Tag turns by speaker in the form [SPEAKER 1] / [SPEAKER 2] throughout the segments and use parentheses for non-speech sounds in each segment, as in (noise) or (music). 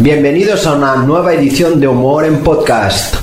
[SPEAKER 1] Bienvenidos a una nueva edición de Humor en Podcast.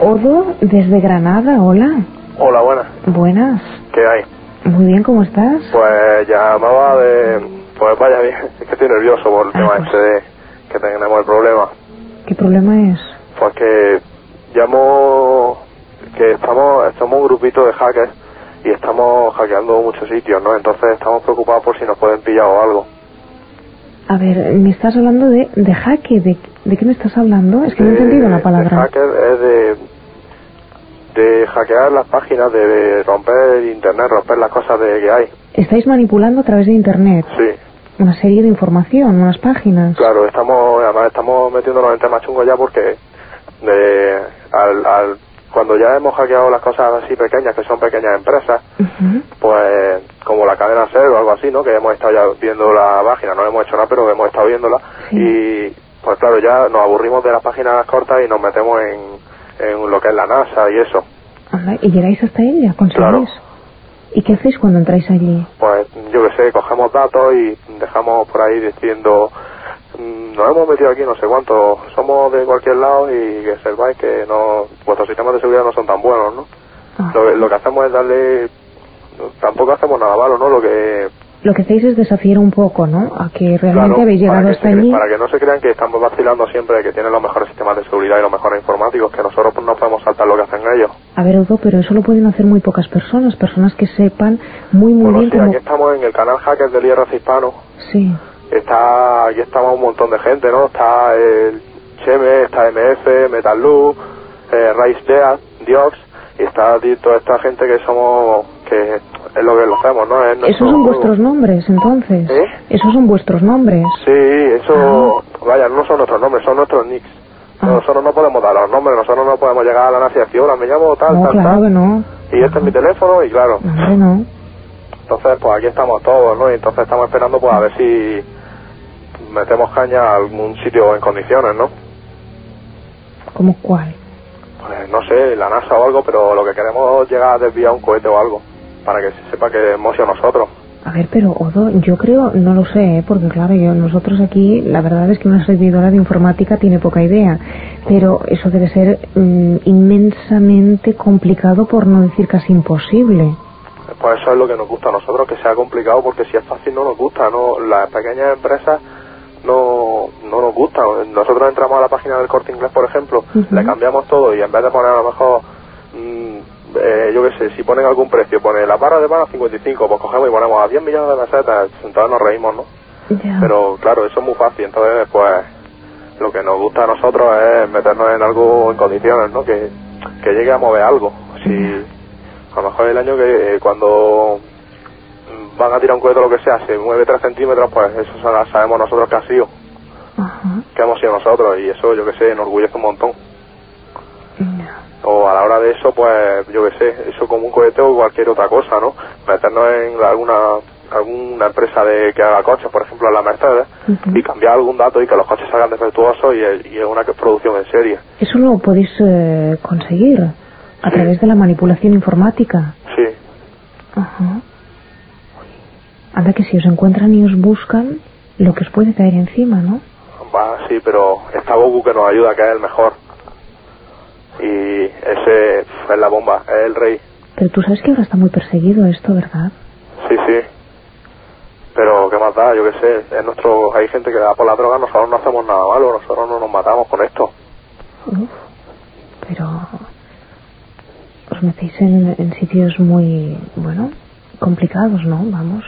[SPEAKER 2] Odo, desde Granada, hola.
[SPEAKER 3] Hola, buenas.
[SPEAKER 2] Buenas.
[SPEAKER 3] ¿Qué hay?
[SPEAKER 2] Muy bien, ¿cómo estás?
[SPEAKER 3] Pues llamaba de... Pues vaya bien, es que estoy nervioso por el
[SPEAKER 2] Ah,
[SPEAKER 3] tema
[SPEAKER 2] pues.
[SPEAKER 3] este de que tenemos el problema.
[SPEAKER 2] ¿Qué problema es?
[SPEAKER 3] Pues que llamo... Que estamos, somos un grupito de hackers y estamos hackeando muchos sitios, ¿no? Entonces estamos preocupados por si nos pueden pillar o algo.
[SPEAKER 2] A ver, me estás hablando de, de jaque, de, ¿de qué me estás hablando? Es que no he
[SPEAKER 3] De-
[SPEAKER 2] entendido la
[SPEAKER 3] de
[SPEAKER 2] palabra.
[SPEAKER 3] hacker es de... De hackear las páginas, de romper internet, romper las cosas de que hay.
[SPEAKER 2] Estáis manipulando a través de Internet
[SPEAKER 3] Sí.
[SPEAKER 2] una serie de información, unas páginas.
[SPEAKER 3] Claro, estamos, además estamos metiéndonos en temas chungos ya porque eh, al, al- cuando ya hemos hackeado las cosas así pequeñas, que son pequeñas empresas,
[SPEAKER 2] Ujú.
[SPEAKER 3] pues como la cadena SER o algo así, ¿no? Que hemos estado ya viendo la página, no hemos hecho nada, pero hemos estado viéndola
[SPEAKER 2] Sí.
[SPEAKER 3] y pues claro, ya nos aburrimos de las páginas cortas y nos metemos en, en lo que es la NASA y eso.
[SPEAKER 2] Anda, ¿Y llegáis hasta ella? ¿Conseguís? ¿Y qué hacéis cuando entráis allí?
[SPEAKER 3] pues yo que sé, cogemos datos y dejamos por ahí diciendo mm, nos hemos metido aquí no sé cuánto, somos de cualquier lado y que sepáis que no, vuestros sistemas de seguridad no son tan buenos, ¿no?
[SPEAKER 2] Ah.
[SPEAKER 3] Lo, que- lo que hacemos es darle, tampoco hacemos nada malo, ¿no? Lo que,
[SPEAKER 2] Lo que hacéis es desafiar un poco, ¿no? A que realmente
[SPEAKER 3] claro,
[SPEAKER 2] habéis llegado
[SPEAKER 3] para, que
[SPEAKER 2] hasta
[SPEAKER 3] se cre-
[SPEAKER 2] allí.
[SPEAKER 3] para que no se crean que estamos vacilando siempre de que tienen los mejores sistemas de seguridad y los mejores informáticos, que nosotros pues, no podemos saltar lo que hacen ellos.
[SPEAKER 2] A ver, Odo, pero eso lo pueden hacer muy pocas personas, personas que sepan muy, muy
[SPEAKER 3] Bueno,
[SPEAKER 2] bien
[SPEAKER 3] sí,
[SPEAKER 2] cómo...
[SPEAKER 3] Pues, aquí estamos en el canal Hackers del IRC Hispano,
[SPEAKER 2] Sí.
[SPEAKER 3] está aquí estaba un montón de gente no está el Cheme está MF Metal Loop eh, Rice Dead Diox y está di- toda esta gente que somos que es lo que lo hacemos no es nuestro
[SPEAKER 2] Esos son
[SPEAKER 3] grupo.
[SPEAKER 2] vuestros nombres, entonces.
[SPEAKER 3] ¿Eh?
[SPEAKER 2] Esos son vuestros nombres.
[SPEAKER 3] sí eso vaya no son nuestros nombres son nuestros nicks
[SPEAKER 2] Ah.
[SPEAKER 3] nosotros no podemos dar los nombres nosotros no podemos llegar a la nación y decir hola me llamo tal
[SPEAKER 2] no,
[SPEAKER 3] tal
[SPEAKER 2] claro que
[SPEAKER 3] tal
[SPEAKER 2] no.
[SPEAKER 3] y este es mi teléfono y claro
[SPEAKER 2] No, hombre, no.
[SPEAKER 3] Entonces, pues aquí estamos todos, ¿no? Y entonces estamos esperando, pues, a ver si metemos caña a algún sitio en condiciones, ¿no?
[SPEAKER 2] ¿Cómo cuál?
[SPEAKER 3] Pues, no sé, la NASA o algo, pero lo que queremos es llegar a desviar un cohete o algo, para que se sepa que hemos sido nosotros.
[SPEAKER 2] A ver, pero Odo, yo creo, no lo sé, ¿eh? porque claro, yo, nosotros aquí, la verdad es que una servidora de informática tiene poca idea, pero eso debe ser mm, inmensamente complicado, por no decir casi imposible.
[SPEAKER 3] Pues eso es lo que nos gusta a nosotros, que sea complicado, porque si es fácil no nos gusta, ¿no? Las pequeñas empresas no, no nos gustan. Nosotros entramos a la página del Corte Inglés, por ejemplo,
[SPEAKER 2] Ujú.
[SPEAKER 3] le cambiamos todo y en vez de poner a lo mejor, mm, eh, yo qué sé, si ponen algún precio, pone la barra de pan a 55, pues cogemos y ponemos a 10 millones de pesetas, entonces nos reímos, ¿no?
[SPEAKER 2] Ya.
[SPEAKER 3] (laughs) Pero claro, eso es muy fácil, entonces pues lo que nos gusta a nosotros es meternos en algo en condiciones, ¿no? Que, que llegue a mover algo. Si a lo mejor el año que eh, cuando van a tirar un cohete o lo que sea, se mueve 3 centímetros, pues eso sa- sabemos nosotros que ha sido,
[SPEAKER 2] Ajá.
[SPEAKER 3] que hemos sido nosotros y eso yo que sé, enorgullece un montón.
[SPEAKER 2] Ya.
[SPEAKER 3] O a la hora de eso, pues yo que sé, eso como un cohete o cualquier otra cosa, ¿no? Meternos en alguna alguna empresa de que haga coches, por ejemplo, la Mercedes,
[SPEAKER 2] Ujú.
[SPEAKER 3] y cambiar algún dato y que los coches salgan defectuosos y, y es una que- producción en serie.
[SPEAKER 2] Eso lo podéis eh, conseguir a través de la manipulación informática.
[SPEAKER 3] Sí,
[SPEAKER 2] Ajá. Anda que si os encuentran y os buscan, lo que os puede caer encima, ¿no?
[SPEAKER 3] va, sí, pero está Bogu que nos ayuda, que es el mejor. Y ese es la bomba, es el rey.
[SPEAKER 2] Pero tú sabes que ahora está muy perseguido esto, ¿verdad?
[SPEAKER 3] sí, sí. Pero qué más da, yo qué sé, es nuestro, hay gente que da por la droga, nosotros no hacemos nada malo, nosotros no nos matamos con esto.
[SPEAKER 2] Uf, pero os metéis en, en sitios muy, bueno, complicados, ¿no? Vamos.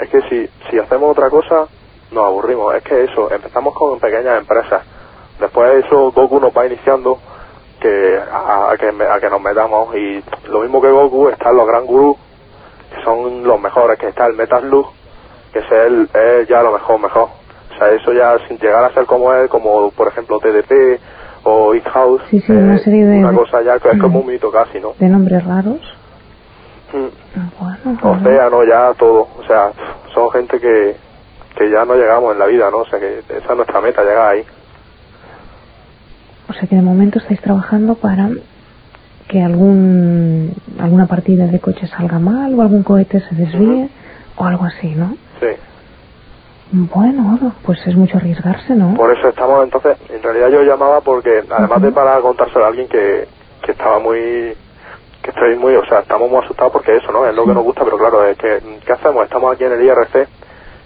[SPEAKER 3] Es que si, si hacemos otra cosa, nos aburrimos. Es que eso, empezamos con pequeñas empresas. Después de eso, Goku nos va iniciando que a, a que, me- a que nos metamos. Y lo mismo que Goku, están los gran gurús, que son los mejores, que está el Metal Luz, que es, el, es ya lo mejor, mejor. O sea, eso ya sin llegar a ser como él, como por ejemplo TDP o It House,
[SPEAKER 2] Sí, sí, una serie de-
[SPEAKER 3] Eh, una cosa ya que es
[SPEAKER 2] Ujú.
[SPEAKER 3] como un mito casi, ¿no?
[SPEAKER 2] De nombres raros.
[SPEAKER 3] Mm.
[SPEAKER 2] Bueno.
[SPEAKER 3] O
[SPEAKER 2] bueno.
[SPEAKER 3] sea, no, ya todo. O sea, son gente que, que ya no llegamos en la vida, ¿no? O sea, que esa es nuestra meta, llegar ahí.
[SPEAKER 2] O sea que de momento estáis trabajando para que algún alguna partida de coche salga mal o algún cohete se desvíe o algo así, ¿no?
[SPEAKER 3] Sí.
[SPEAKER 2] Bueno, pues es mucho arriesgarse, ¿no?
[SPEAKER 3] Por eso estamos, entonces, en realidad yo llamaba porque, además de para contárselo a alguien que, que estaba muy, que estoy muy, o sea, estamos muy asustados porque eso, ¿no? Es lo que nos gusta, pero claro, es que, ¿qué hacemos? Estamos aquí en el IRC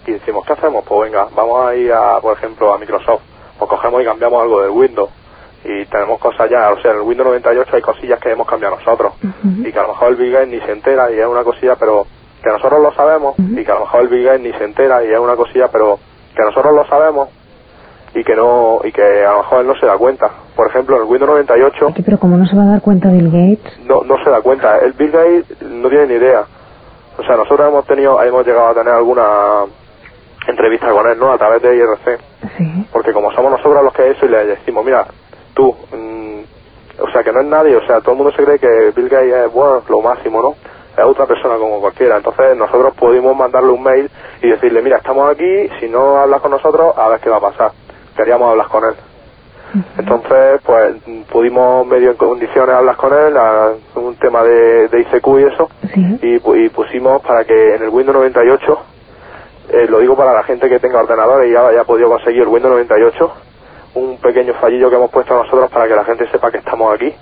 [SPEAKER 3] y decimos, ¿qué hacemos? Pues venga, vamos a ir a, por ejemplo, a Microsoft, o cogemos y cambiamos algo del Windows. Y tenemos cosas ya, o sea, en el Windows 98 hay cosillas que hemos cambiado nosotros.
[SPEAKER 2] Ujú.
[SPEAKER 3] y que a lo mejor el Big Game ni se entera y es una cosilla, pero que nosotros lo sabemos,
[SPEAKER 2] Ujú.
[SPEAKER 3] y que a lo mejor el Big Game ni se entera y es una cosilla, pero que nosotros lo sabemos y que no y que a lo mejor él no se da cuenta. Por ejemplo, el Windows 98
[SPEAKER 2] Aquí, pero como no se va a dar cuenta Bill Gates,
[SPEAKER 3] no, no se da cuenta, el Big Game no tiene ni idea. O sea, nosotros hemos tenido hemos llegado a tener alguna entrevista con él, ¿no? A través de IRC
[SPEAKER 2] sí.
[SPEAKER 3] porque como somos nosotros los que eso y le decimos, mira, tú, mm, o sea, que no es nadie, o sea, todo el mundo se cree que Bill Gates es bueno, lo máximo, ¿no? Es otra persona como cualquiera. Entonces nosotros pudimos mandarle un mail y decirle, mira, estamos aquí, si no hablas con nosotros, a ver qué va a pasar. Queríamos hablar con él. Entonces, pues mm, pudimos medio en condiciones hablar con él, a un tema de, de ICQ y eso
[SPEAKER 2] Sí.
[SPEAKER 3] y, pu- y pusimos para que en el Windows 98, eh, lo digo para la gente que tenga ordenadores y ya haya podido conseguir el Windows 98, un pequeño fallillo que hemos puesto nosotros para que la gente sepa que estamos aquí,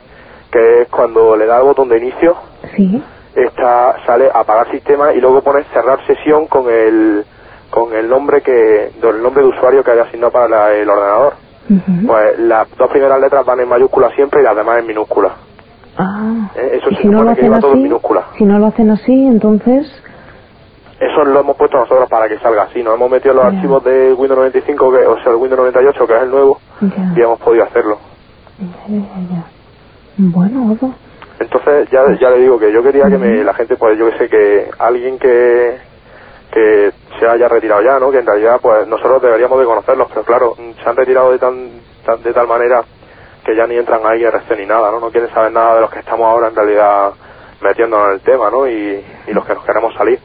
[SPEAKER 3] que es cuando le da el botón de inicio,
[SPEAKER 2] Sí.
[SPEAKER 3] está, sale apagar sistema y luego pone cerrar sesión con el con el nombre que del nombre de usuario que haya asignado para la- el ordenador.
[SPEAKER 2] Ujú.
[SPEAKER 3] Pues las dos primeras letras van en mayúscula siempre y las demás en minúscula.
[SPEAKER 2] Ah.
[SPEAKER 3] Eh, eso
[SPEAKER 2] Y
[SPEAKER 3] se
[SPEAKER 2] si
[SPEAKER 3] supone
[SPEAKER 2] no lo
[SPEAKER 3] que
[SPEAKER 2] hacen
[SPEAKER 3] iba todo en
[SPEAKER 2] así,
[SPEAKER 3] minúscula.
[SPEAKER 2] si no lo hacen así, entonces
[SPEAKER 3] Eso lo hemos puesto nosotros para que salga así. Nos hemos metido en los
[SPEAKER 2] Ya.
[SPEAKER 3] archivos de Windows 95, que, o sea, el Windows 98, que es el nuevo,
[SPEAKER 2] ya.
[SPEAKER 3] y hemos podido hacerlo.
[SPEAKER 2] Ya, ya, ya. Bueno, Odo.
[SPEAKER 3] Entonces, ya, ya le digo que yo quería que me- la gente, pues yo que sé, que alguien que, que se haya retirado ya, ¿no? Que en realidad, pues nosotros deberíamos de conocerlos, pero claro, mm, se han retirado de, tan, tan- de tal manera que ya ni entran a IRC ni nada, ¿no? No quieren saber nada de los que estamos ahora en realidad metiéndonos en el tema, ¿no? Y, y los que nos queremos salir.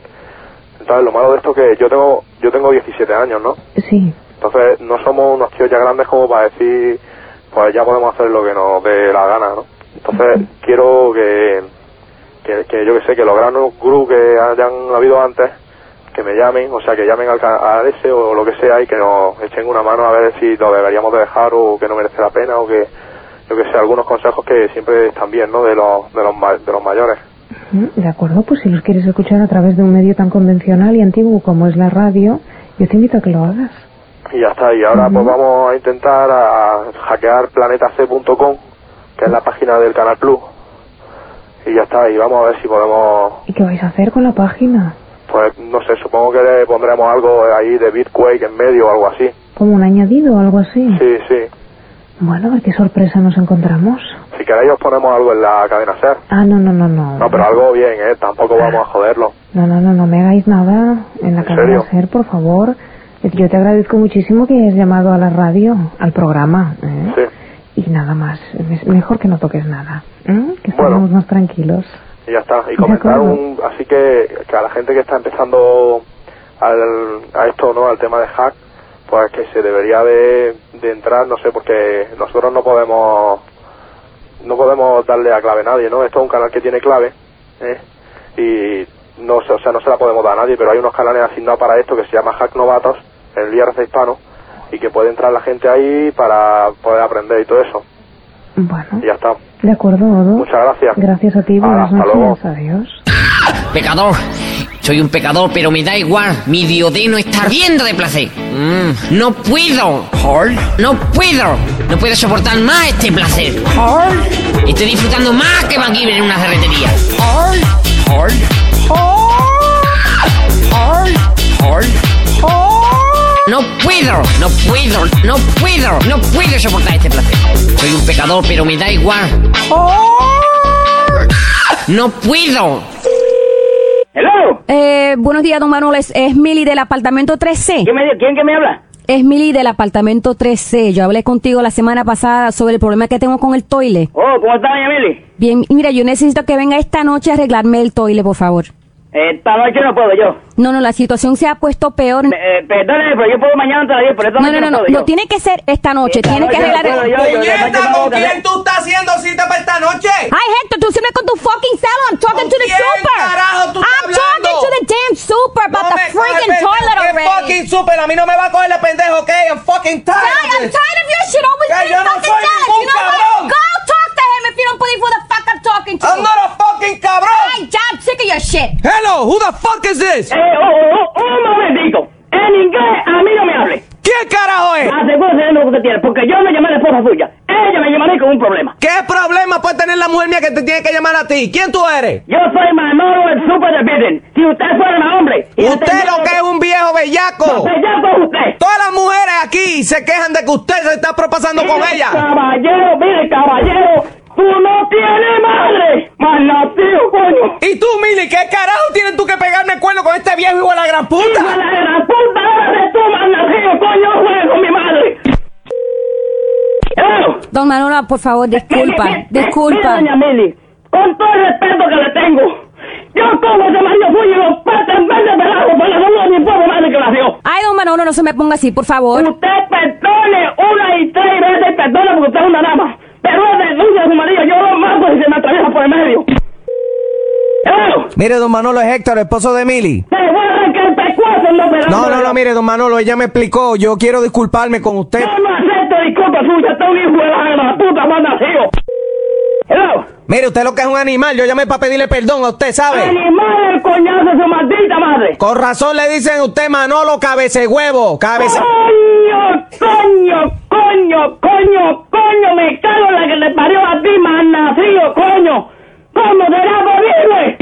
[SPEAKER 3] Entonces, lo malo de esto es que yo tengo, yo tengo 17 años, ¿no?
[SPEAKER 2] Sí.
[SPEAKER 3] Entonces, no somos unos tíos ya grandes como para decir, pues ya podemos hacer lo que nos dé la gana, ¿no? Entonces, quiero que, que, que yo que sé, que los granos gurú que hayan habido antes, que me llamen, o sea, que llamen al, ca- al ese o lo que sea y que nos echen una mano a ver si lo deberíamos de dejar o que no merece la pena o que, yo que sé, algunos consejos que siempre están bien, ¿no? De los, de los, ma- de los mayores.
[SPEAKER 2] Ujú, De acuerdo, pues si los quieres escuchar a través de un medio tan convencional y antiguo como es la radio, yo te invito a que lo hagas.
[SPEAKER 3] Y ya está, y ahora pues vamos a intentar a hackear planetac.com, que es la página del Canal Plus. Y ya está, y vamos a ver si podemos,
[SPEAKER 2] ¿Y qué vais a hacer con la página?
[SPEAKER 3] pues no sé, supongo que le pondremos algo ahí de Bitquake en medio o algo así.
[SPEAKER 2] ¿Como un añadido o algo así?
[SPEAKER 3] Sí, sí.
[SPEAKER 2] Bueno, a ver qué sorpresa nos encontramos.
[SPEAKER 3] Si queréis os ponemos algo en la cadena SER.
[SPEAKER 2] Ah, no, no, no, no. Ah.
[SPEAKER 3] No, pero algo bien, ¿eh? Tampoco vamos a joderlo.
[SPEAKER 2] No, no, no, no me hagáis nada en la
[SPEAKER 3] ¿En
[SPEAKER 2] cadena
[SPEAKER 3] serio?
[SPEAKER 2] SER, por favor. Yo te agradezco muchísimo que hayas llamado a la radio, al programa. ¿eh?
[SPEAKER 3] Sí.
[SPEAKER 2] Y nada más. Me- Mejor que no toques nada. ¿eh? Que
[SPEAKER 3] Bueno.
[SPEAKER 2] estaremos más tranquilos.
[SPEAKER 3] Y ya está. Y
[SPEAKER 2] De
[SPEAKER 3] comentar
[SPEAKER 2] acuerdo.
[SPEAKER 3] un, así que, que a la gente que está empezando al, a esto, ¿no? Al tema de hack, pues que se debería de, de entrar, no sé, porque nosotros no podemos, no podemos darle a clave a nadie, ¿no? Esto es un canal que tiene clave, ¿eh? Y no sé, o sea, no se la podemos dar a nadie, pero hay unos canales asignados para esto que se llama Hack Novatos, en el IRC hispano, y que puede entrar la gente ahí para poder aprender y todo eso.
[SPEAKER 2] Bueno.
[SPEAKER 3] Y ya está.
[SPEAKER 2] De acuerdo, Odo.
[SPEAKER 3] Muchas gracias.
[SPEAKER 2] Gracias a ti. Buenas
[SPEAKER 3] Hasta luego.
[SPEAKER 2] noches. Adiós.
[SPEAKER 4] Pecador, Soy un pecador, pero me da igual. Mi diodeno está riendo de placer. Mm, no puedo. No puedo. No puedo soportar más este placer. Estoy disfrutando más que MacGyver en una ferretería. No puedo, no puedo, no puedo, no puedo soportar este placer. Soy un pecador, pero me da igual. No puedo.
[SPEAKER 5] Hello.
[SPEAKER 6] Eh, buenos días, don Manuel. Es, es Mili del apartamento 3C.
[SPEAKER 5] ¿Quién, me, ¿Quién que me habla?
[SPEAKER 6] Es Mili del apartamento 3C. Yo hablé contigo la semana pasada sobre el problema que tengo con el toile.
[SPEAKER 5] Oh, ¿cómo está, doña Mili?
[SPEAKER 6] Bien, y mira, yo necesito que venga esta noche a arreglarme el toile, por favor.
[SPEAKER 5] Esta noche no puedo yo.
[SPEAKER 6] No, no, la situación se ha puesto peor. No,
[SPEAKER 5] Eh, perdóneme, pero yo puedo mañana todavía, pero esta
[SPEAKER 6] no,
[SPEAKER 5] noche
[SPEAKER 6] no, no.
[SPEAKER 5] puedo yo.
[SPEAKER 6] No tiene que ser esta noche.
[SPEAKER 5] Esta
[SPEAKER 6] Tiene que
[SPEAKER 5] noche no
[SPEAKER 6] arreglar
[SPEAKER 5] puedo
[SPEAKER 6] el...
[SPEAKER 5] yo, yo, yo, esta noche
[SPEAKER 7] ¡Puñeta,
[SPEAKER 5] no
[SPEAKER 7] con
[SPEAKER 5] puedo
[SPEAKER 7] quién
[SPEAKER 5] hacer-
[SPEAKER 7] tú estás haciendo cita para esta noche!
[SPEAKER 6] Ay, Hector, tú siempre con tu fucking cell. I'm talking
[SPEAKER 7] ¿Con
[SPEAKER 6] to the
[SPEAKER 7] quién
[SPEAKER 6] super.
[SPEAKER 7] carajo tú estás
[SPEAKER 6] I'm talking
[SPEAKER 7] hablando?
[SPEAKER 6] to the damn super about
[SPEAKER 7] No
[SPEAKER 6] the
[SPEAKER 7] me cojas
[SPEAKER 6] freaking
[SPEAKER 7] el
[SPEAKER 6] toilet
[SPEAKER 7] pendejo,
[SPEAKER 6] already.
[SPEAKER 7] que fucking super! ¡A mí no me va a coger la pendejo, ok? I'm fucking tired
[SPEAKER 6] Guy,
[SPEAKER 7] of
[SPEAKER 6] I'm
[SPEAKER 7] this.
[SPEAKER 6] tired of your shit always
[SPEAKER 7] Yeah,
[SPEAKER 6] being
[SPEAKER 7] yo no
[SPEAKER 6] fucking
[SPEAKER 7] soy
[SPEAKER 6] jealous. You
[SPEAKER 7] ningún
[SPEAKER 6] know
[SPEAKER 7] cabrón.
[SPEAKER 6] what? Go talk to him if you don't believe who the fuck I'm talking to.
[SPEAKER 7] I'm not a fucking
[SPEAKER 6] I,
[SPEAKER 7] cabrón!
[SPEAKER 6] I'm sick of your shit.
[SPEAKER 7] Hello, who the fuck is this?
[SPEAKER 5] Eh, oh, oh, oh, un momentico. En inglés, a mí no me hable. Ah,
[SPEAKER 7] ¿Quién carajo es?
[SPEAKER 5] Asegúrese de lo que usted tiene, porque yo me llamaré esposa suya. Ella me llamaré con un problema.
[SPEAKER 7] ¿Qué problema puede tener la mujer mía que te tiene que llamar a ti? ¿Quién tú eres?
[SPEAKER 5] Yo soy Manolo, el super de Biden. Si usted fuera un hombre... y
[SPEAKER 7] Usted
[SPEAKER 5] entendiera
[SPEAKER 7] lo que es un viejo bellaco.
[SPEAKER 5] Pues ya con usted.
[SPEAKER 7] Todas las mujeres aquí se quejan de que usted se está propasando con ella.
[SPEAKER 5] Caballero, mire, caballero, tú no tienes madre. Malnacido, coño.
[SPEAKER 7] ¿Y tú, Mili, qué carajo tienes tú que pegarme el cuerno con este viejo hijo de la gran
[SPEAKER 5] Hijo
[SPEAKER 7] puta?
[SPEAKER 5] de la gran puta, ahora eres tú, malnacido, coño, juego con mi madre. Claro.
[SPEAKER 6] Don Manuela, por favor, disculpa,
[SPEAKER 5] Mire, mire,
[SPEAKER 6] disculpa.
[SPEAKER 5] mire, doña Mili, con todo el respeto que le tengo, yo como de Mario Puyo y los patas en vez de pelado para la de mi pobre madre que nació.
[SPEAKER 6] Ay, don Manolo, no se me ponga así, por favor.
[SPEAKER 5] Usted perdone una y tres veces, perdone porque usted es una dama. Pero es denuncia de su marido, yo lo mato si se me atraviesa por el medio. Claro.
[SPEAKER 7] Mire, don Manolo es Héctor, esposo de Mili.
[SPEAKER 5] Te voy a arrancar el pecuazo, no pero
[SPEAKER 7] No, no, no, mire, don Manolo, ella me explicó. Yo quiero disculparme con usted.
[SPEAKER 5] Yo no acepto disculpas suyas, usted es un hijo de la gran puta más nacido. Claro.
[SPEAKER 7] Mire, usted lo que es un animal. Yo llamé para pedirle perdón a usted, ¿sabe?
[SPEAKER 5] Animal el coñazo de su maldita madre.
[SPEAKER 7] Con razón le dicen a usted Manolo cabece huevo. Cabece...
[SPEAKER 5] Coño, coño, coño, coño, coño, me cago en la que le parió a ti, nacido, coño. ¿Cómo será posible?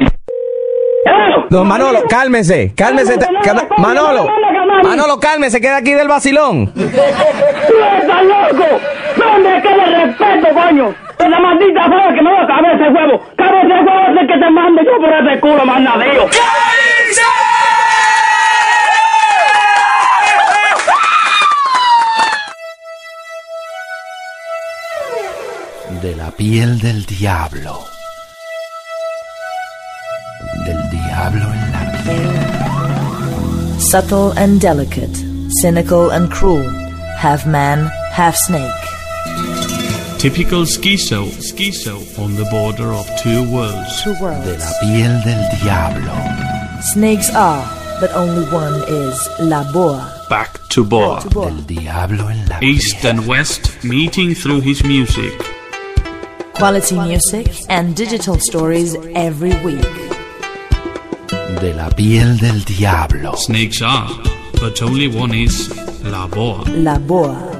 [SPEAKER 5] Claro.
[SPEAKER 7] Don Manolo, cálmese, cálmese.
[SPEAKER 5] Cálmate,
[SPEAKER 7] ca-
[SPEAKER 5] Manolo, coño,
[SPEAKER 7] Manolo,
[SPEAKER 5] Manolo, Gamani.
[SPEAKER 7] Manolo, cálmese, queda aquí del vacilón.
[SPEAKER 5] ¡Tú estás loco! ¿Dónde queda el respeto, coño? Esa maldita fea que me va a caber ese huevo. Cabe ese huevo ese que te mando yo por ese culo, nacido.
[SPEAKER 8] de la piel del diablo. Del diablo en la
[SPEAKER 9] Subtle and delicate, cynical and cruel, half man, half snake.
[SPEAKER 10] Typical schizo, schizo on the border of two worlds.
[SPEAKER 9] Two
[SPEAKER 8] de la
[SPEAKER 9] worlds.
[SPEAKER 8] piel del diablo.
[SPEAKER 9] Snakes are, but only one is La Boa.
[SPEAKER 10] Back to bar.
[SPEAKER 9] To Boa.
[SPEAKER 8] Del diablo en la
[SPEAKER 10] East and West meeting through his music.
[SPEAKER 9] Quality music and digital stories every week.
[SPEAKER 8] piel. De la piel del diablo.
[SPEAKER 10] Snakes are, but only one is La Boa.
[SPEAKER 9] La Boa.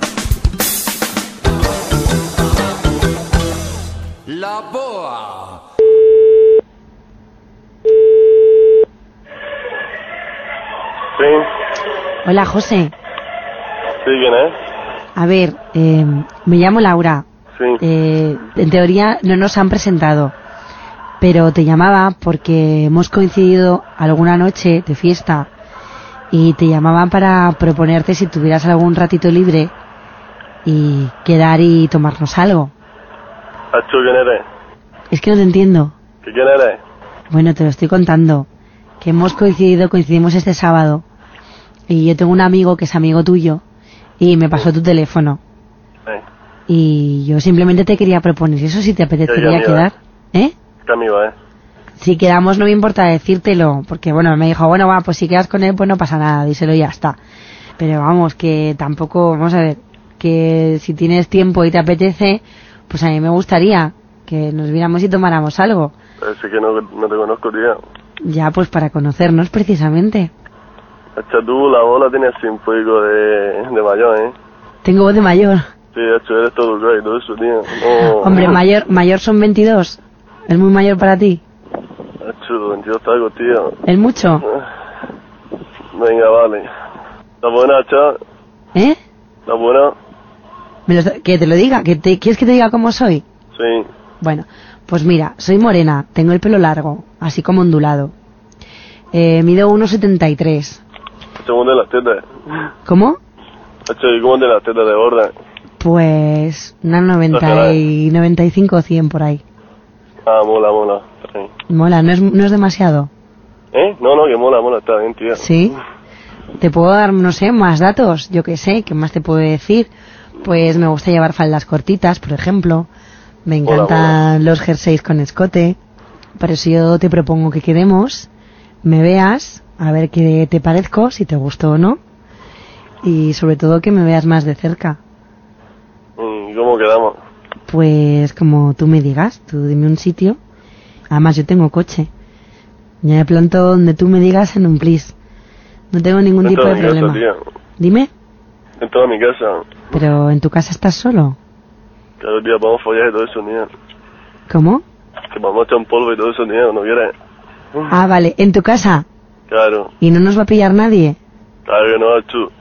[SPEAKER 8] La boa.
[SPEAKER 3] Sí,
[SPEAKER 11] Hola, José.
[SPEAKER 3] sí, ¿quién es?
[SPEAKER 11] A ver, eh, me llamo Laura.
[SPEAKER 3] Sí.
[SPEAKER 11] Eh, en teoría no nos han presentado, pero te llamaba porque hemos coincidido alguna noche de fiesta y te llamaban para proponerte si tuvieras algún ratito libre y quedar y tomarnos algo.
[SPEAKER 3] Achu, ¿quién eres?
[SPEAKER 11] Es que no te entiendo.
[SPEAKER 3] ¿Que ¿Quién eres?
[SPEAKER 11] Bueno, te lo estoy contando. Que hemos coincidido, coincidimos este sábado. Y yo tengo un amigo que es amigo tuyo. Y me pasó tu teléfono.
[SPEAKER 3] Eh,
[SPEAKER 11] Y yo simplemente te quería proponer eso si te apetecería
[SPEAKER 3] mira.
[SPEAKER 11] quedar. ¿Eh?
[SPEAKER 3] ¿Qué amigo es?
[SPEAKER 11] Si quedamos no me importa decírtelo. Porque bueno, me dijo, bueno, va, pues si quedas con él pues no pasa nada, díselo y ya está. Pero vamos, que tampoco, vamos a ver, que si tienes tiempo y te apetece, pues a mí me gustaría que nos viéramos y tomáramos algo.
[SPEAKER 3] Parece que no, no te conozco, tío.
[SPEAKER 11] Ya, pues para conocernos precisamente.
[SPEAKER 12] Hacha, tú la bola tienes un poco de, de mayor, ¿eh?
[SPEAKER 11] Tengo voz de mayor.
[SPEAKER 12] Sí, hacho, eres todo rey, todo eso, tío. No.
[SPEAKER 11] Hombre, mayor, mayor son 22. Es muy mayor para ti.
[SPEAKER 12] Hacho, 22 tacos, tío. Eh,
[SPEAKER 11] ¿Es mucho?
[SPEAKER 12] Venga, vale. ¿Está buena, hacha?
[SPEAKER 11] ¿Eh?
[SPEAKER 12] ¿Está buena?
[SPEAKER 11] Me lo está- que te lo diga, que te, ¿quieres que te diga cómo soy?
[SPEAKER 12] Sí.
[SPEAKER 11] Bueno, pues mira, soy morena, tengo el pelo largo, así como ondulado. Eh, mido 1,73.
[SPEAKER 12] Hacha, ¿cómo de las tetas?
[SPEAKER 11] ¿Cómo?
[SPEAKER 12] Hacho, ¿y cómo de las tetas de gorda?
[SPEAKER 11] Pues una 90 y 95 o 100 por ahí.
[SPEAKER 12] Ah, mola, mola. Está bien.
[SPEAKER 11] Mola, no es, no es demasiado.
[SPEAKER 12] ¿Eh? No, no, que mola, mola, está bien, tío.
[SPEAKER 11] ¿Sí? Te puedo dar, no sé, más datos, yo qué sé, ¿qué más te puedo decir? Pues me gusta llevar faldas cortitas, por ejemplo. Me
[SPEAKER 12] Mola,
[SPEAKER 11] encantan los jerseys con escote. Por eso yo te propongo que quedemos, me veas, a ver qué te parezco, si te gustó o no. Y sobre todo que me veas más de cerca.
[SPEAKER 12] Mm, ¿Y cómo quedamos?
[SPEAKER 11] Pues como tú me digas, tú dime un sitio. Además, yo tengo coche. Ya me planto donde tú me digas en un plis. No tengo ningún
[SPEAKER 12] Dentro
[SPEAKER 11] tipo de
[SPEAKER 12] mi casa,
[SPEAKER 11] problema.
[SPEAKER 12] tío.
[SPEAKER 11] Dime,
[SPEAKER 12] En toda mi casa.
[SPEAKER 11] pero en tu casa estás solo.
[SPEAKER 12] Claro, tío, vamos a follar y todo eso, tío.
[SPEAKER 11] ¿Cómo?
[SPEAKER 12] Que vamos a echar un polvo y todo eso, tío, ¿no quieres?
[SPEAKER 11] Ah, vale, en tu casa.
[SPEAKER 12] Claro.
[SPEAKER 11] Y no nos va a pillar nadie.
[SPEAKER 12] Claro que no, hacho.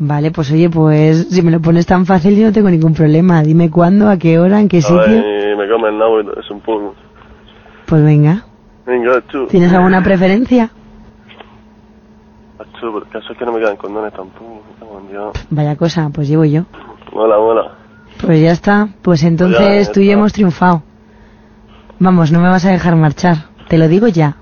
[SPEAKER 11] Vale, pues oye, pues si me lo pones tan fácil yo no tengo ningún problema. Dime cuándo, a qué hora, en qué
[SPEAKER 12] A
[SPEAKER 11] sitio.
[SPEAKER 12] ver, me come el nabo y todo eso un poco.
[SPEAKER 11] Pues venga.
[SPEAKER 12] Venga, hacho.
[SPEAKER 11] ¿Tienes alguna preferencia?
[SPEAKER 12] Hacho, por caso es que no me quedan condones tampoco. me cago en Dios.
[SPEAKER 11] Vaya cosa, pues llevo yo.
[SPEAKER 12] Mola, mola.
[SPEAKER 11] Pues ya está. Pues entonces
[SPEAKER 12] Pues ya, ya
[SPEAKER 11] tú y yo
[SPEAKER 12] está.
[SPEAKER 11] hemos triunfado. Vamos, no me vas a dejar marchar. Te lo digo ya.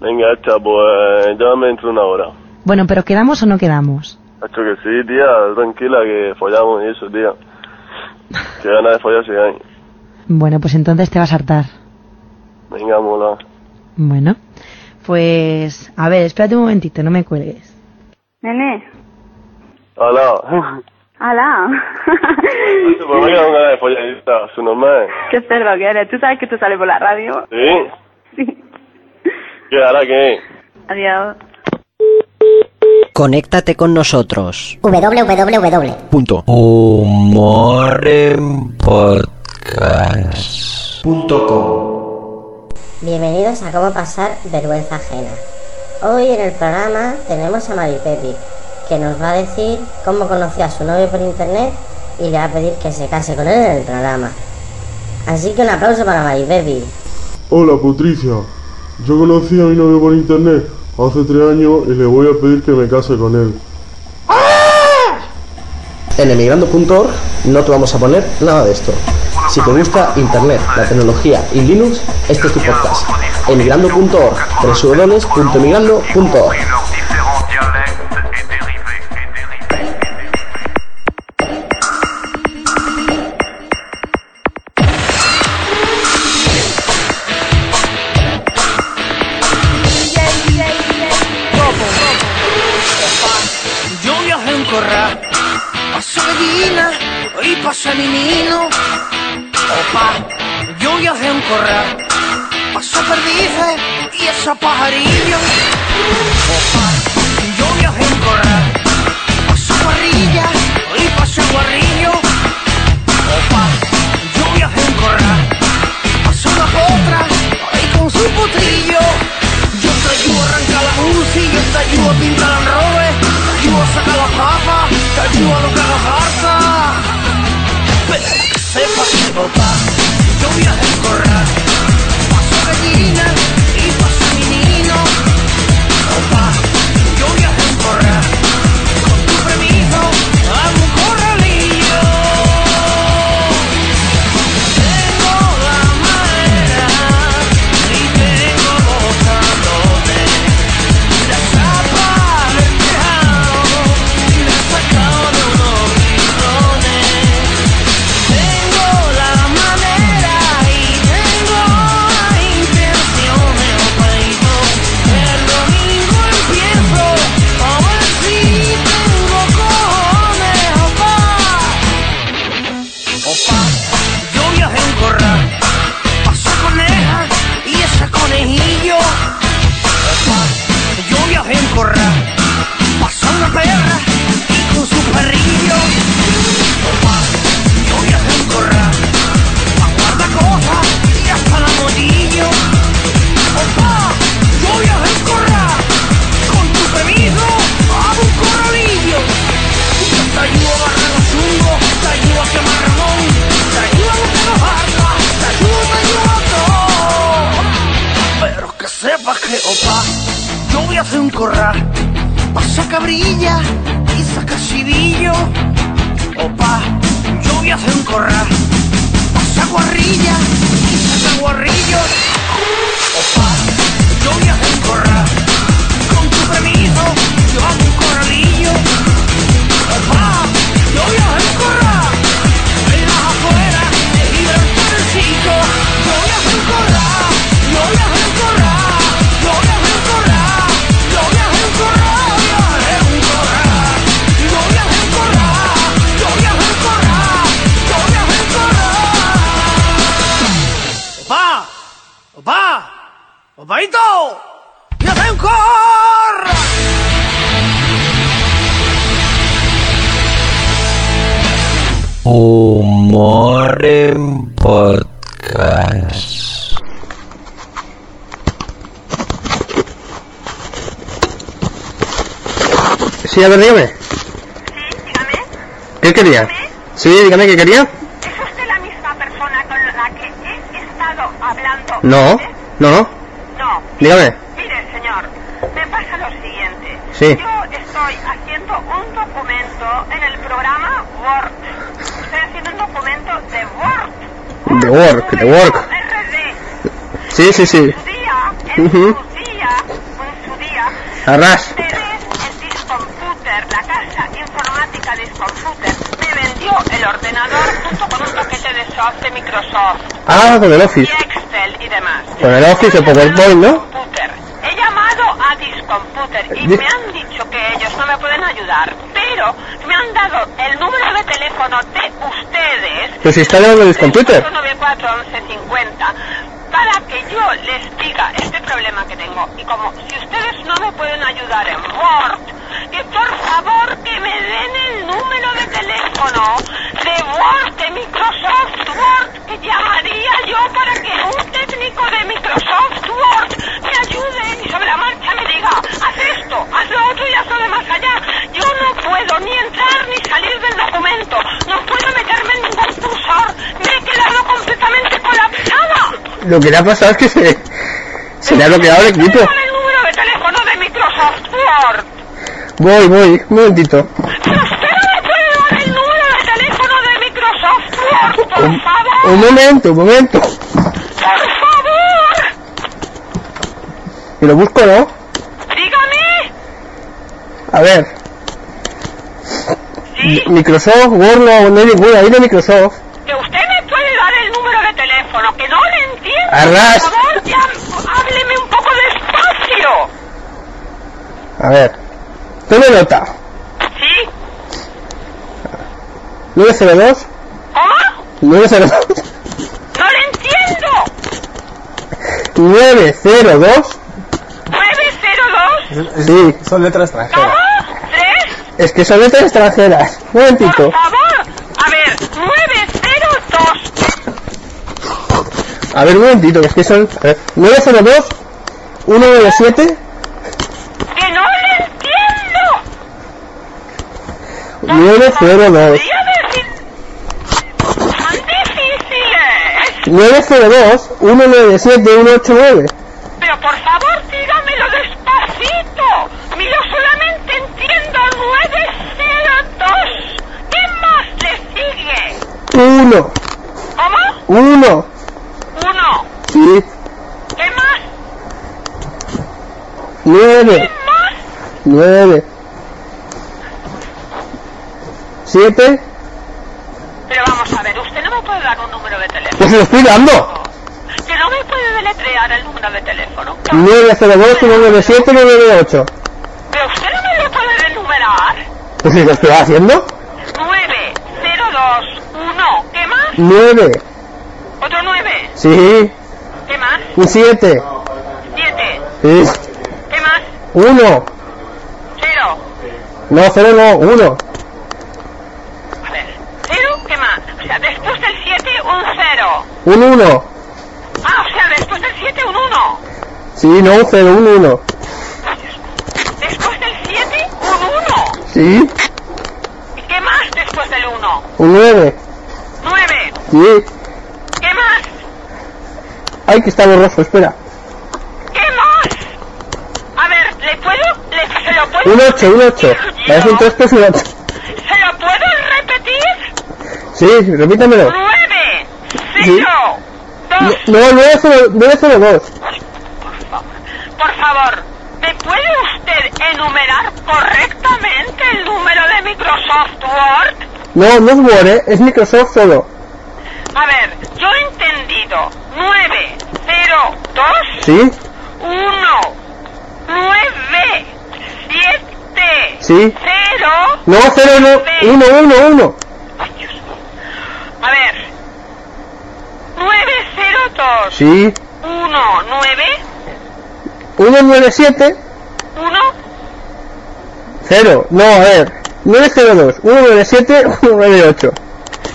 [SPEAKER 12] Venga, hacha, pues llámame dentro de una hora.
[SPEAKER 11] Bueno, pero ¿quedamos o no quedamos?
[SPEAKER 12] Hacho, que sí, tía, tranquila, que follamos y eso, tía. Que ganas de follar si hay.
[SPEAKER 11] Bueno, pues entonces te vas a hartar.
[SPEAKER 12] Venga, mola.
[SPEAKER 11] Bueno. Pues, a ver, espérate un momentito, no me cuelgues.
[SPEAKER 13] Nene,
[SPEAKER 12] Hola. (laughs)
[SPEAKER 13] ala.
[SPEAKER 12] Hacho, pues me quedan ganas de follar y está, su normal.
[SPEAKER 13] (laughs) Qué cerdo que eres. ¿Tú sabes que tú sales por la radio?
[SPEAKER 12] ¿Sí? ¿Qué, ahora qué?
[SPEAKER 13] Adiós.
[SPEAKER 14] Conéctate con nosotros.
[SPEAKER 15] www.
[SPEAKER 8] Punto. Humor en podcast. Punto
[SPEAKER 15] Bienvenidos a Cómo Pasar Vergüenza Ajena. Hoy en el programa tenemos a Mari Pepi, que nos va a decir cómo conoció a su novio por internet y le va a pedir que se case con él en el programa. Así que un aplauso para Mari Pepi.
[SPEAKER 16] Hola Patricia, yo conocí a mi novio por internet hace tres años y le voy a pedir que me case con él.
[SPEAKER 1] En emigrando.org no te vamos a poner nada de esto. Si te gusta Internet, la tecnología y Linux, este es tu podcast. Emigrando.org, www.emigrando.org.
[SPEAKER 17] Yo viajé en corral, paso Medina y paso a Minino. Opa, yo viajé en corral, paso Perdices y esos pajarillos. Opa, yo viajé en corral, paso Parrilla y paso el Guarrillo. Opa, yo viajé en corral, paso la potra um y con su potrillo. Yo te ayudo a arrancar la UCI, yo te ayudo a pintar el robe, te ayudo a sacar las papas, te ayudo a no cagajarse. Pero que sepas que papá, yo viajo en corral, paso gallina y paso menino. Papá, yo viajo en corral, con tu permiso hago un corralillo. Tengo la manera y tengo los sabores. La tapa del tejado la he sacado de unos rincones. Tengo la manera y tengo yo voy a hacer un corral. Pasa cabrilla y saca chivillo. Opa, yo voy a hacer un corral. Pasa guarrilla y saca guarrillo. Opa, yo voy a hacer un corral. Con tu permiso, yo hago un corralillo. Opa, yo voy a hacer un corral. En las afueras de Gibraltar el chico. Yo voy a hacer un corral. Yo voy a hacer un corral. Yo voy a hacer un corral. Yo voy a hacer un corral. Yo voy a hacer un corral. Yo voy a hacer un corral. Yo voy a hacer un corral. Yo voy a hacer un corral. Opa, opa, opaito. Voy a hacer un corral.
[SPEAKER 14] Humor en podcast.
[SPEAKER 18] Sí, a ver, dígame. Sí, dígame. ¿Qué quería? Sí, dígame, ¿qué quería? No, no.
[SPEAKER 19] ¿Eh? No.
[SPEAKER 18] Dígame.
[SPEAKER 19] Mire, señor, me pasa lo siguiente.
[SPEAKER 18] Sí.
[SPEAKER 19] Yo estoy haciendo un documento en el programa Word. Estoy haciendo un documento de Word.
[SPEAKER 18] The work, the work. Sí, sí, sí. Ujú. Arras.
[SPEAKER 19] Vendió el ordenador junto con un paquete de soft de Microsoft,
[SPEAKER 18] Ah, con el Office.
[SPEAKER 19] Excel y demás.
[SPEAKER 18] Con el Office, el PowerPoint, ¿no?
[SPEAKER 19] He llamado a Discomputer y
[SPEAKER 18] Di-
[SPEAKER 19] me han dicho que ellos no me pueden ayudar, pero me han dado el número de teléfono de ustedes.
[SPEAKER 18] Pero si está hablando de Discomputer.
[SPEAKER 19] 941150 para que yo les diga este problema que tengo. Y como si ustedes no me pueden ayudar en Word, que por favor que me den el número de teléfono de Word, de Microsoft Word, que llamaría yo para que un técnico de Microsoft Word me ayude y sobre la marcha me diga, haz esto, haz lo otro y haz lo de más allá. Yo no puedo ni entrar ni salir del documento, no puedo meterme en ningún cursor, me he quedado completamente colapsada.
[SPEAKER 18] Lo que le ha pasado es que se, se le ha bloqueado el equipo.
[SPEAKER 19] Dame el número de teléfono de Microsoft Word.
[SPEAKER 18] Voy, voy, un momentito.
[SPEAKER 19] El número de teléfono de Microsoft Word, por favor.
[SPEAKER 18] Un momento, un momento.
[SPEAKER 19] Por favor.
[SPEAKER 18] Y lo busco, ¿no?
[SPEAKER 19] Dígame.
[SPEAKER 18] A ver. Microsoft, Word, no, no hay ninguna, hay de Microsoft.
[SPEAKER 19] Que usted me puede dar el número de teléfono, que no le entiendo.
[SPEAKER 18] Arras.
[SPEAKER 19] Por favor, ya, hábleme un poco despacio.
[SPEAKER 18] A ver. Tome nota.
[SPEAKER 19] ¿Sí?
[SPEAKER 18] 902.
[SPEAKER 19] ¿Cómo?
[SPEAKER 18] 902.
[SPEAKER 19] No le entiendo.
[SPEAKER 18] 902.
[SPEAKER 19] 902.
[SPEAKER 18] Sí. Son letras extranjeras.
[SPEAKER 19] ¿Tres?
[SPEAKER 18] Es que son letras extranjeras. Un momentito.
[SPEAKER 19] Por favor. A ver, 902.
[SPEAKER 18] A ver, un momentito, que es que son... a ver, 902. 197.
[SPEAKER 19] Que no le entiendo.
[SPEAKER 18] 902.
[SPEAKER 19] Podría decir... Tan eh. difíciles.
[SPEAKER 18] 902. 197. 189.
[SPEAKER 19] Pero por favor, dígamelo despacito. Mira, solamente entiendo 902. ¿Qué más le sigue?
[SPEAKER 18] 1.
[SPEAKER 19] ¿Cómo?
[SPEAKER 18] 1.
[SPEAKER 19] Uno.
[SPEAKER 18] Sí.
[SPEAKER 19] ¿Qué más?
[SPEAKER 18] 9. 9. 7.
[SPEAKER 19] Pero vamos a ver, usted no me puede dar un número de teléfono.
[SPEAKER 18] Pues se lo estoy dando.
[SPEAKER 19] Que no me puede deletrear el número de teléfono.
[SPEAKER 18] 902, 197, 198.
[SPEAKER 19] Pero usted no me lo puede denumerar.
[SPEAKER 18] Pues si lo estoy haciendo.
[SPEAKER 19] 9021. ¿Qué más?
[SPEAKER 18] 9.
[SPEAKER 19] Otro 9.
[SPEAKER 18] Sí.
[SPEAKER 19] ¿Qué más?
[SPEAKER 18] Un 7.
[SPEAKER 19] 7.
[SPEAKER 18] Sí.
[SPEAKER 19] ¿Qué más?
[SPEAKER 18] 1.
[SPEAKER 19] 0.
[SPEAKER 18] No, 0 no, 1.
[SPEAKER 19] A ver, ¿cero? ¿Qué más? O sea, después del 7, un 0.
[SPEAKER 18] Un 1.
[SPEAKER 19] Ah, o sea, después del 7, un 1.
[SPEAKER 18] Sí, no, un 0, un 1.
[SPEAKER 19] Después del 7, un
[SPEAKER 18] Sí.
[SPEAKER 19] 1. ¿Y qué más después del 1?
[SPEAKER 18] Un 9.
[SPEAKER 19] 9.
[SPEAKER 18] Sí.
[SPEAKER 19] ¿Qué más?
[SPEAKER 18] Ay, que está borroso, espera.
[SPEAKER 19] ¿Qué más?
[SPEAKER 18] Un 8, un 8. Parece un 3 es un 8.
[SPEAKER 19] ¿Se lo puedo repetir?
[SPEAKER 18] Sí, repítamelo.
[SPEAKER 19] 9,
[SPEAKER 18] Sí.
[SPEAKER 19] 0, 2.
[SPEAKER 18] No, 9, 0, 9, 0, 2.
[SPEAKER 19] Por favor, ¿me puede usted enumerar correctamente el número de Microsoft Word?
[SPEAKER 18] No, no es Word, ¿eh? es Microsoft solo.
[SPEAKER 19] A ver, yo he entendido. 9, 0, 2,
[SPEAKER 18] ¿Sí?
[SPEAKER 19] 1, 9, 7,
[SPEAKER 18] ¿Sí?
[SPEAKER 19] 0.
[SPEAKER 18] No, 0, 1, 1, 1.
[SPEAKER 19] A ver. 9, 0, 2,
[SPEAKER 18] Sí.
[SPEAKER 19] 1, 9,
[SPEAKER 18] 1, 9, 7,
[SPEAKER 19] 1,
[SPEAKER 18] 0. No, a ver. 9, 0, 2. 1, 9, (laughs) 7, 1, 9, 8.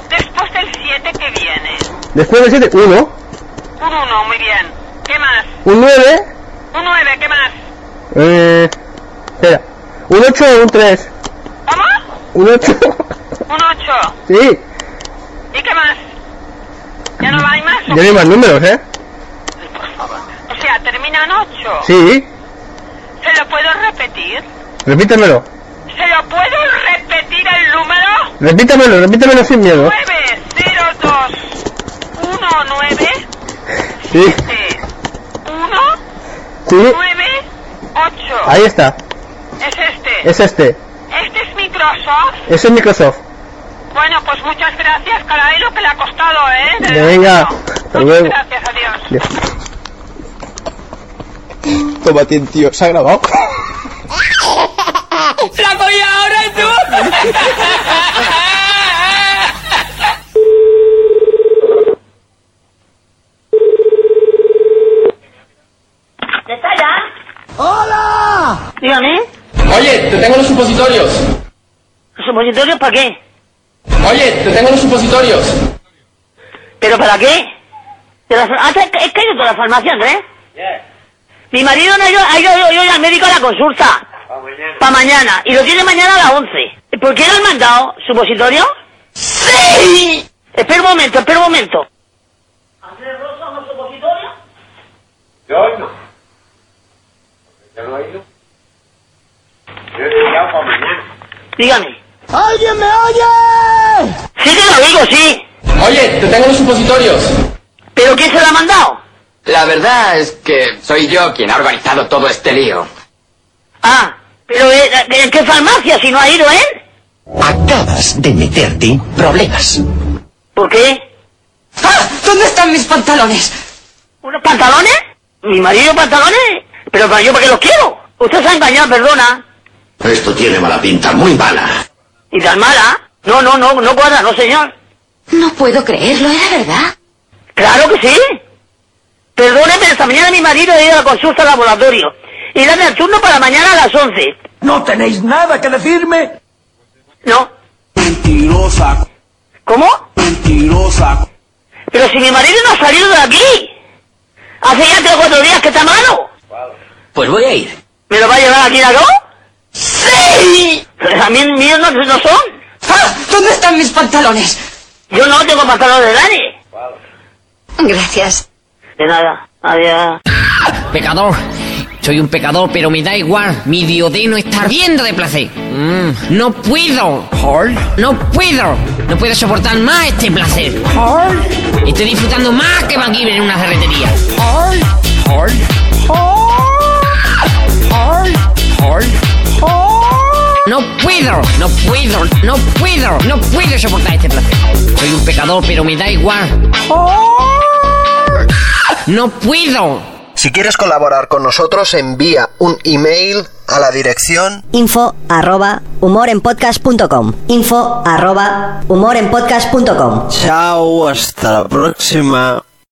[SPEAKER 19] después del 7 que viene.
[SPEAKER 18] Después del 7, 1.
[SPEAKER 19] Un 1, muy bien. ¿Qué más?
[SPEAKER 18] Un 9.
[SPEAKER 19] Un 9, ¿qué más?
[SPEAKER 18] Eh, espera. Un 8 o un 3.
[SPEAKER 19] ¿Cómo?
[SPEAKER 18] Un 8.
[SPEAKER 19] Un 8.
[SPEAKER 18] (laughs) sí.
[SPEAKER 19] ¿Y qué más? ¿Ya no hay más?
[SPEAKER 18] Ya no hay más números, ¿eh?
[SPEAKER 19] O sea, termina en 8.
[SPEAKER 18] Sí.
[SPEAKER 19] ¿Se lo puedo repetir?
[SPEAKER 18] Repítemelo.
[SPEAKER 19] ¿Se lo puedo repetir el número?
[SPEAKER 18] Repítemelo, repítemelo sin miedo.
[SPEAKER 19] 9, 0, 2, 1, 9,
[SPEAKER 18] Sí.
[SPEAKER 19] 1,
[SPEAKER 18] Sí.
[SPEAKER 19] 9, 8.
[SPEAKER 18] Ahí está.
[SPEAKER 19] Es este.
[SPEAKER 18] Es este.
[SPEAKER 19] Este es Microsoft.
[SPEAKER 18] Es el Microsoft.
[SPEAKER 19] Bueno, pues muchas gracias, caray, lo que le ha costado, ¿eh? De-
[SPEAKER 18] Venga. Hasta luego.
[SPEAKER 19] Gracias, adiós.
[SPEAKER 20] Tómate, en tío. ¿Se ha grabado?
[SPEAKER 17] ¡Flaco, y ahora tú!
[SPEAKER 5] ¡Hola! Dígame.
[SPEAKER 17] Oye, te tengo los supositorios.
[SPEAKER 5] ¿Supositorios para qué?
[SPEAKER 17] Oye, te tengo los supositorios.
[SPEAKER 5] ¿Pero para qué? ¿Te las... ah, te- es que yo te la farmacia, Andrés. Mi marido no ha ido, ha ido, ha ido al médico a la consulta. Para mañana. Y lo tiene mañana a las 11. ¿Por qué le han mandado supositorio? ¡Sí! Espera un momento, espera un momento.
[SPEAKER 17] ¿Andrés Rosa no supositorio?
[SPEAKER 5] Yo hoy no.
[SPEAKER 17] Ya lo he ido. Yo he estudiado para mañana.
[SPEAKER 5] Dígame.
[SPEAKER 17] ¡Alguien me oye!
[SPEAKER 5] Sí te lo digo, sí.
[SPEAKER 17] Oye, te tengo los supositorios.
[SPEAKER 5] ¿Pero quién se lo ha mandado?
[SPEAKER 21] La verdad es que soy yo quien ha organizado todo este lío.
[SPEAKER 5] Ah, pero eh, eh, ¿en qué farmacia si no ha ido él?
[SPEAKER 17] Acabas de meterte en problemas.
[SPEAKER 5] ¿Por qué? ¡Ah! ¿Dónde están mis pantalones? ¿Unos pantalones? ¿Mi marido pantalones? Pero para yo, ¿para qué los quiero? Usted se ha engañado, perdona.
[SPEAKER 21] Esto tiene mala pinta, muy mala.
[SPEAKER 5] ¿Y tan mala? No, no, no, no cuadra, no señor. No puedo creerlo, ¿era verdad? Claro que sí. Perdóneme, esta mañana mi marido ha ido a la consulta al laboratorio. Y dame el turno para mañana a las 11. ¿No tenéis nada que decirme? No. Mentirosa. ¿Cómo? Mentirosa. Pero si mi marido no ha salido de aquí. Hace ya tres o cuatro días que está malo.
[SPEAKER 21] Pues voy a ir.
[SPEAKER 5] ¿Me lo va a llevar aquí la go? ¡Sí! Pero a mí míos no, no son. ¿Dónde están mis pantalones? Yo no tengo pantalones de nadie. Gracias. De nada. Adiós.
[SPEAKER 4] Pecador. Soy un pecador, pero me da igual. Mi diodeno está ardiendo de placer. Mm, no puedo. No puedo. No puedo soportar más este placer. Estoy disfrutando más que Van Giver en una ferretería. No puedo, no puedo, no puedo, no puedo soportar este placer. Soy un pecador, pero me da igual. No puedo.
[SPEAKER 22] Si quieres colaborar con nosotros, envía un email a la dirección
[SPEAKER 23] Info arroba humorenpodcast.com. Info arroba humorenpodcast.com.
[SPEAKER 14] Chao, hasta la próxima.